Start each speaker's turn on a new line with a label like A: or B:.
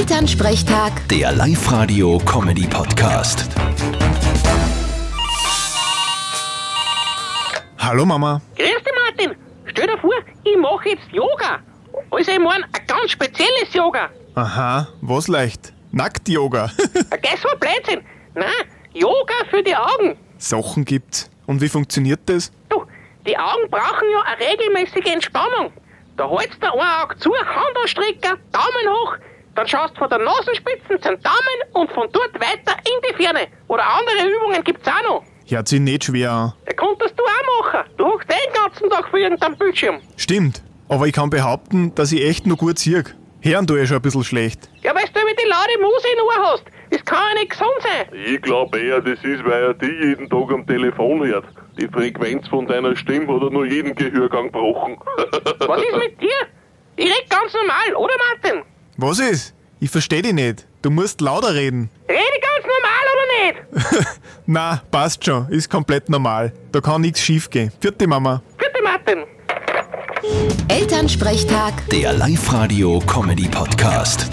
A: Elternsprechtag,
B: Der Live-Radio-Comedy-Podcast.
C: Hallo Mama.
D: Grüß dich, Martin. Stell dir vor, ich mache jetzt Yoga. Also, ich meine, ein ganz spezielles Yoga.
C: Aha, was leicht? Nackt-Yoga.
D: Das war Blödsinn. Nein, Yoga für die Augen.
C: Sachen gibt's. Und wie funktioniert das?
D: Du, die Augen brauchen ja eine regelmäßige Entspannung. Da hältst du ein Auge zu, Hand ausstrecken, Daumen hoch, dann schaust von der Nasenspitze zum Daumen und von dort weiter in die Ferne. Oder andere Übungen gibt's auch noch.
C: Hört sich nicht schwer an.
D: Da konntest du auch machen. Du hockst den ganzen Tag vor irgendeinem Bildschirm.
C: Stimmt. Aber ich kann behaupten, dass ich echt nur gut sieg. Hören tue ich schon ein bisschen schlecht.
D: Ja, weißt du, wie die laute Musik in den Ohren hast? Das kann ja nicht gesund sein.
E: Ich glaube eher, das ist, weil er die jeden Tag am Telefon hört. Die Frequenz von deiner Stimme hat er nur jeden Gehörgang gebrochen.
D: Was ist mit dir? Ich red ganz normal, oder Martin?
C: Was ist? Ich versteh dich nicht. Du musst lauter reden.
D: Rede ganz normal oder nicht?
C: Na, passt schon. Ist komplett normal. Da kann nichts schief gehen. Vierte Mama.
D: Bitte, Martin.
A: Elternsprechtag.
B: Der Live-Radio-Comedy-Podcast.